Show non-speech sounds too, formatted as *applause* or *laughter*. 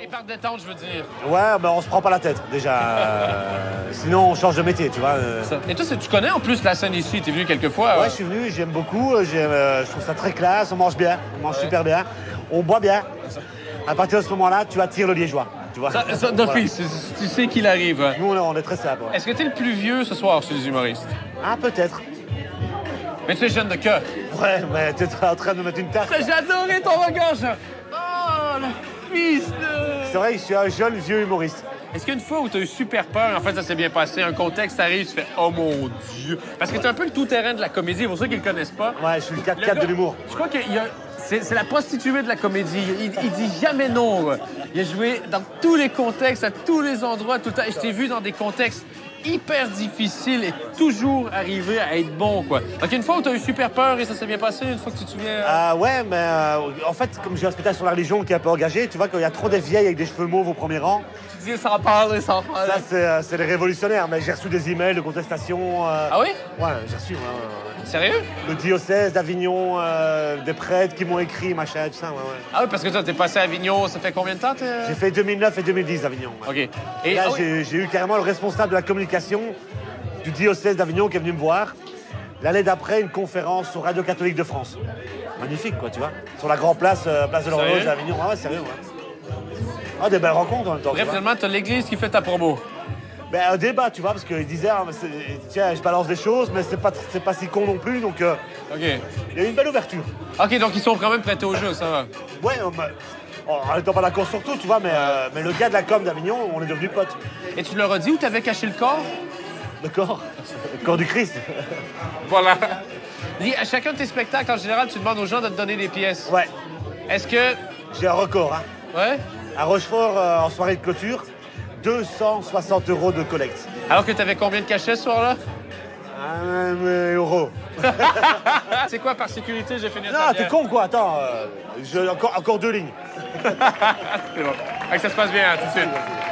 Et par détente, je veux dire. Ouais, ben on se prend pas la tête déjà. *laughs* Euh, sinon on change de métier, tu vois. euh. Et toi, c'est- tu connais en plus la scène ici, t'es venu quelques fois. Ouais, euh. je suis venu, j'aime beaucoup, euh, j'aime, euh, je trouve ça très classe, on mange bien, on mange Ouais. super bien, on boit bien. À partir de ce moment-là, tu attires le liégeois, tu vois. Ça- ça, Voilà. d'office, c'est- tu sais qu'il arrive. hein. Nous on est, on est très simple. ouais. Est-ce que t'es le plus vieux ce soir chez les humoristes? Ah peut-être. Mais tu es jeune de cœur. Ouais, mais t'es en train de me mettre une tarte. J'ai adoré ton regard, je... Oh, le fils de... C'est vrai que je suis un jeune vieux humoriste. Est-ce qu'il y a une fois où t'as eu super peur, en fait, ça s'est bien passé, un contexte arrive, tu fais « Oh mon Dieu! » Parce que t'es un peu le tout-terrain de la comédie, pour ceux qui le connaissent pas. Ouais, je suis le Le 4-4 gars- de l'humour. Je crois qu'il y a... C'est c'est la prostituée de la comédie. Il, il dit jamais non. quoi. Il a joué dans tous les contextes, à tous les endroits, tout le temps. Et je t'ai vu dans des contextes hyper difficiles et toujours arrivé à être bon, quoi. Donc, une fois où t'as eu super peur et ça s'est bien passé, une fois que tu te souviens... Euh, ouais, mais euh, en fait, comme j'ai un spectacle sur la religion qui est un peu engagé, tu vois qu'il y a trop des vieilles avec des cheveux mauves au premier rang. Tu te dis « sans parler, sans parler. Ça, » c'est euh, c'est les révolutionnaires, mais j'ai reçu des emails de contestation. euh, Ah oui? Ouais, j'ai reçu. ouais, ouais, Sérieux? ouais. Le diocèse d'Avignon, euh, des prêtres qui m'ont écrit, machin, tout ça, ouais, ouais. Ah oui, parce que toi, t'es passé à Avignon, ça fait combien de temps? t'es- euh? J'ai fait 2009 et 2010 Avignon. ouais. OK. Et Là, ah oui. j'ai- j'ai eu carrément le responsable de la communication du diocèse d'Avignon qui est venu me voir. L'année d'après, une conférence sur Radio Catholique de France. Magnifique, quoi, tu vois. Sur la grande place, euh, place de l'horloge Sérieux à Avignon. Ah ouais, sérieux, ouais. Ah, des belles rencontres en même temps. Bref, tu vois. finalement, t'as l'église qui fait ta promo. Ben, un débat, tu vois, parce qu'ils disaient, ah, mais c'est- tiens, je balance des choses, mais c'est pas, c'est pas si con non plus, donc euh, OK. il y a eu une belle ouverture. OK, donc ils sont quand même prêtés au jeu, ça va. Ouais, on m'a- oh, en étant pas d'accord sur tout, tu vois, mais, euh, mais le gars de la com d'Avignon, on est devenus potes. Et tu leur as dit où t'avais caché le corps? Le corps, le corps du Christ. Voilà. Dis, à chacun de tes spectacles, en général, tu demandes aux gens de te donner des pièces. Ouais, Est-ce que... j'ai un record, hein. Ouais? À Rochefort, euh, en soirée de clôture, 260 euros de collecte. Alors que t'avais combien de cachets ce soir-là? Un euh, euro. Ah, C'est quoi, par sécurité, j'ai fini Non, t'es con quoi, attends. euh, je- encore, encore deux lignes. Ah, C'est bon. Fait que ça se passe bien, à tout de suite.